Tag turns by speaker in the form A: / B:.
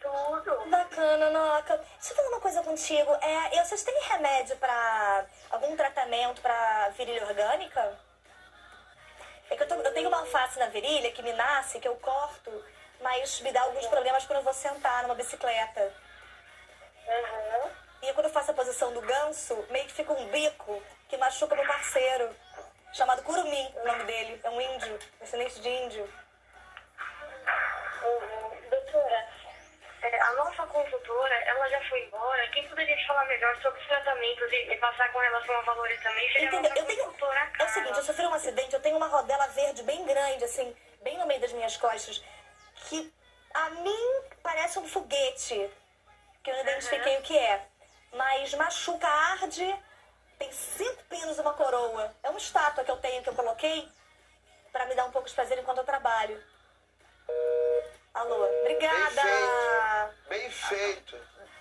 A: É, tá
B: bacana, Noca. Deixa eu falar uma coisa contigo. É, eu, vocês têm remédio pra algum tratamento pra virilha orgânica? É que eu, tô- eu tenho uma alface na virilha que me nasce, que eu corto, mas me dá alguns problemas quando eu vou sentar numa bicicleta.
A: Aham.
B: E quando eu faço a posição do ganso, meio que fica um bico que machuca meu parceiro. Chamado Curumim, o nome dele. É um índio, descendente de índio.
A: Uhum. Doutora, é, a nossa consultora, ela já foi embora. Quem poderia te falar melhor sobre os tratamentos e, e passar com relação a valores também seria
B: Entendeu?
A: a nossa
B: Eu tenho.
A: consultora
B: É o
A: Carla.
B: seguinte, eu sofri um acidente, eu tenho uma rodela verde bem grande, assim, bem no meio das minhas costas, que a mim parece um foguete, que eu não identifiquei o que é. Mas machuca, arde, tem cinco pinos e uma coroa. É uma estátua que eu tenho, que eu coloquei, pra me dar um pouco de prazer enquanto eu trabalho. Alô, obrigada!
C: Bem feito.